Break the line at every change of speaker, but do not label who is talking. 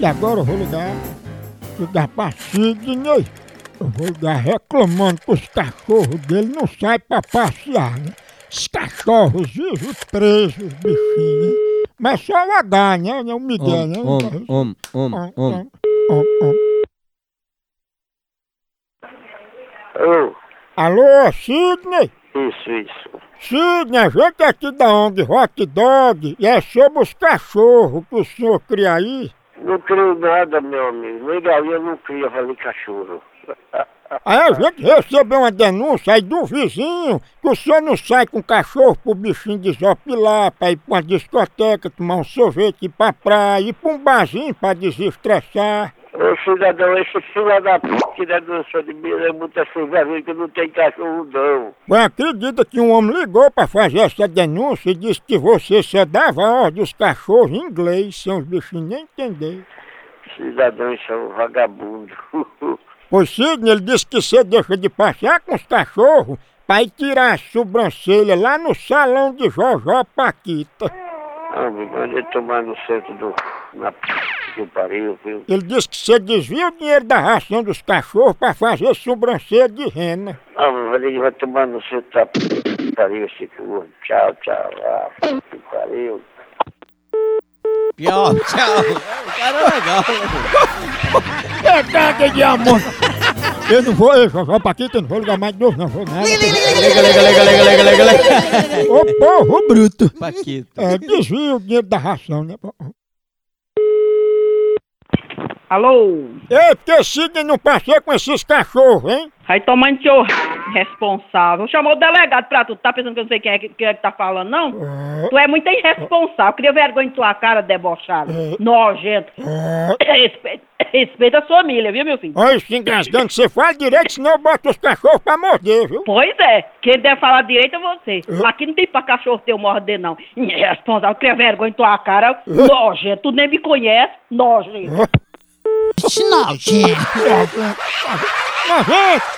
E agora eu vou ligar, ligar pra Sidney. né? Eu vou ligar reclamando que os cachorros dele não saem pra passear, né? Os cachorros vivem presos, os bichinhos. né? Mas só o H, né? Não me dá, né?
Om, om, om, om, om.
Om, om.
Alô?
Alô, Sidney?
Hum, Isso, isso.
Sidney, a gente é aqui da ONG Hot Dog e é sobre os cachorros que o senhor cria aí.
Não crio nada, meu amigo. Nem galinha não cria valer cachorro.
Aí a gente recebeu uma denúncia aí do vizinho que o senhor não sai com cachorro pro bichinho desopilar, pra ir pra uma discoteca, tomar um sorvete, ir pra praia, ir pra um barzinho pra desestressar.
Ô cidadão, esse filho da p que denunciou de mim é muita vergonha que não tem cachorro não.
Ué, acredita que um homem ligou pra fazer essa denúncia e disse que você é só dava ordem aos cachorros em inglês, sem os bichinhos nem entender.
Cidadão, isso é um vagabundo.
Pois Sidney, ele disse que você deixa de passear com os cachorros pra ir tirar a sobrancelha lá no salão de Jojó Paquita.
Ah, me mandei tomar no centro do... na p que pariu, viu?
Ele disse que você desvia o dinheiro da ração dos cachorros pra fazer sobrancelha de rena.
Ah, me mandei vai tomar no centro da p que pariu, esse corno. Tchau, tchau. Ah, p que pariu.
Pior, tchau. O cara é legal.
Pecado de amor! Eu não vou, eu, Jojó Paquita, eu não vou ligar mais de novo, não vou nada.
Lega, lega, lega, lega, lega, lega, lega.
Ô porro bruto!
Paquita.
É, desvia o dinheiro da ração, né?
Alô?
Ei, porque Sidney não passeia com esses cachorros, hein?
Aí tomando teu responsável. Chamou o delegado pra tu. Tá pensando que eu não sei quem é que, quem é que tá falando, não?
Ah,
Tu é muito irresponsável. Cria vergonha em tua cara, debochado. Nojento.
ah.
Respeita, respeita a sua família, viu, meu filho?
Olha, se engasgando, você fala direito, senão eu boto os cachorros pra morder, viu?
Pois é. Quem deve falar direito é você. Aqui não tem pra cachorro teu morder, não. Irresponsável. Cria vergonha em tua cara. Nojento. Tu nem me conhece. Nojento.
Mas, gente,